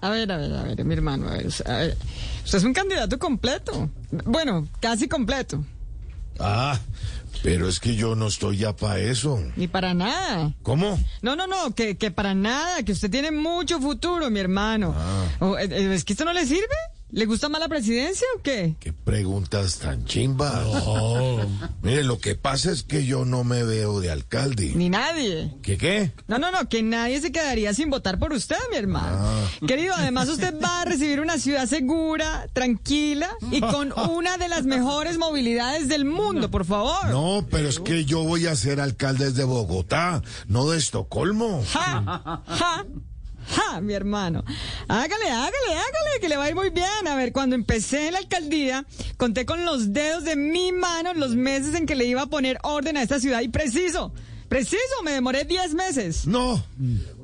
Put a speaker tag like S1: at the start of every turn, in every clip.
S1: A ver, a ver, a ver, mi hermano, a ver, a ver. Usted es un candidato completo. Bueno, casi completo.
S2: Ah, pero es que yo no estoy ya para eso.
S1: Ni para nada.
S2: ¿Cómo?
S1: No, no, no, que, que para nada, que usted tiene mucho futuro, mi hermano. O, eh, eh, ¿Es que esto no le sirve? ¿Le gusta más la presidencia o qué?
S2: ¿Qué preguntas tan chimbas? Mire, lo que pasa es que yo no me veo de alcalde.
S1: Ni nadie.
S2: ¿Qué qué?
S1: No, no, no, que nadie se quedaría sin votar por usted, mi hermano. Querido, además usted va a recibir una ciudad segura, tranquila y con una de las mejores movilidades del mundo, por favor.
S2: No, pero es que yo voy a ser alcalde de Bogotá, no de Estocolmo.
S1: Ja, ja, ja, mi hermano. Hágale, hágale, hágale, que le va a ir muy bien. A ver, cuando empecé en la alcaldía, conté con los dedos de mi mano los meses en que le iba a poner orden a esta ciudad y preciso, preciso, me demoré 10 meses.
S2: No,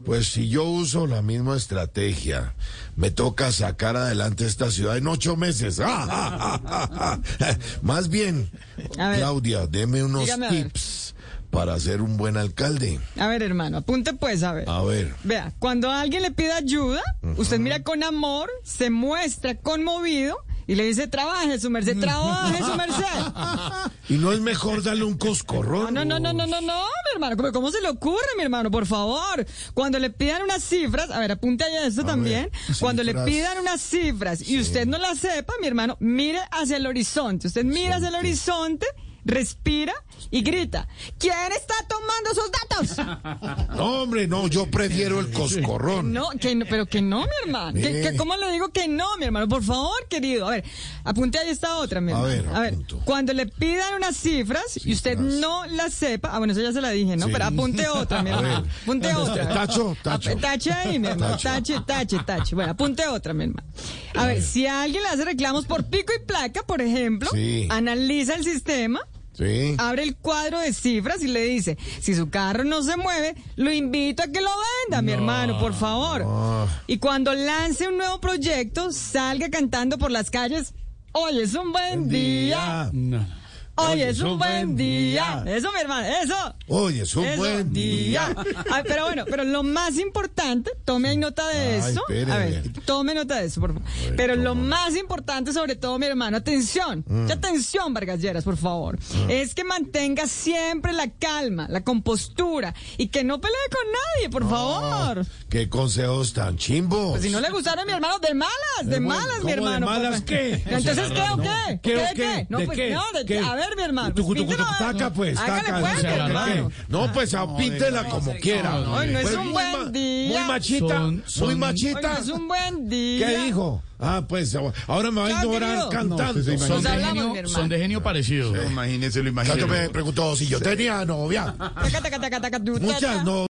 S2: pues si yo uso la misma estrategia, me toca sacar adelante esta ciudad en ocho meses. Ah, ah, ah, ah, ah. Más bien,
S1: A ver.
S2: Claudia, deme unos
S1: Dígame, a ver.
S2: tips para ser un buen alcalde.
S1: A ver, hermano, apunte pues, a ver.
S2: A ver.
S1: Vea, cuando alguien le pida ayuda, usted mira con amor, se muestra conmovido y le dice, trabaje, su merced, trabaje, su merced.
S2: ¿Y no es mejor darle un coscorrón?
S1: No, no, no, no, no, no, mi hermano. ¿Cómo, cómo se le ocurre, mi hermano? Por favor. Cuando le pidan unas cifras, a ver, apunte ahí a esto
S2: A
S1: también.
S2: ver,
S1: Cuando le
S2: cifras.
S1: pidan unas cifras y usted no las sepa, mi hermano, mire hacia el horizonte. Usted mira hacia el horizonte, respira y grita. ¿Quién está tomando esos datos?
S2: No, hombre, no, yo prefiero el coscorrón.
S1: No, que no, pero que no, mi hermano. Que- que- ¿Cómo le digo que no, mi hermano? Por favor, querido. A ver, apunte ahí esta otra, mi
S2: A
S1: hermano.
S2: ver, apunto.
S1: cuando le pidan unas cifras y usted
S2: Cifras.
S1: no las sepa, ah, bueno, eso ya se la dije, ¿no?
S2: Sí.
S1: Pero apunte otra, mi
S2: A ver.
S1: hermano. Apunte otra.
S2: Tacho, tacho.
S1: Ap- Tache ahí, mi hermano. Tache, tache, tache. Bueno, apunte otra, mi hermano. A ver, si a alguien le hace reclamos por pico y placa, por ejemplo,
S2: Sí.
S1: analiza el sistema
S2: Sí.
S1: abre el cuadro de cifras y le dice, si su carro no se mueve, lo invito a que lo venda, mi hermano, por favor.
S2: No.
S1: Y cuando lance un nuevo proyecto, salga cantando por las calles. Hoy es un buen día.
S3: No.
S1: Hoy es un buen día. Eso, mi hermano, eso.
S2: Hoy es un
S1: Eso,
S2: buen día.
S1: Ay, pero bueno, pero lo más importante, tome ahí nota de
S2: Ay,
S1: eso. A
S2: espéreme.
S1: ver, tome nota de eso, por favor. Pero lo más importante, sobre todo, mi hermano, atención,
S3: Mm.
S1: ya atención, Vargas Lleras, por favor, es que mantenga siempre la calma, la compostura y que no pelee con nadie, por favor.
S2: Qué consejos tan chimbos.
S1: Pues si no le gustaron, mi hermano, de malas,
S3: Eh,
S1: de
S2: bueno,
S1: malas,
S2: ¿cómo
S1: mi
S2: de
S1: hermano. por
S3: malas
S1: favor.
S3: qué?
S1: Entonces, ¿qué o
S3: No.
S1: qué?
S3: ¿Qué o
S1: ¿Qué,
S3: qué?
S1: qué? No,
S3: ¿De
S1: pues,
S3: qué?
S1: no, de-
S3: ¿Qué?
S1: a ver, mi hermano.
S3: Tucu, tucu,
S1: Ah, píntelo,
S3: tucu,
S1: a ver.
S3: taca, pues,
S1: Hágale,
S3: taca,
S1: pues,
S3: no sea
S1: mi hermano.
S3: grande.
S2: No, pues apíntela como quiera.
S3: no,
S1: Hoy no es
S2: Pues
S1: un
S2: muy ma-
S1: buen día.
S2: Muy machita,
S3: Son-
S2: muy
S3: son-
S1: Hoy
S2: machita.
S1: no es un buen día.
S2: ¿Qué dijo? Ah, pues ahora me va a
S1: Chao,
S2: ignorar
S1: querido.
S2: cantando.
S4: No, usted se
S3: Son
S1: Nos
S3: de,
S1: hablamos, mi
S3: genio,
S1: hermano.
S3: son de genio parecido.
S4: Imagínese, lo
S2: Tanto
S4: imagino.
S2: me preguntó si yo tenía novia.
S1: Taca, taca, taca, taca, tu, taca.
S2: Muchas novias.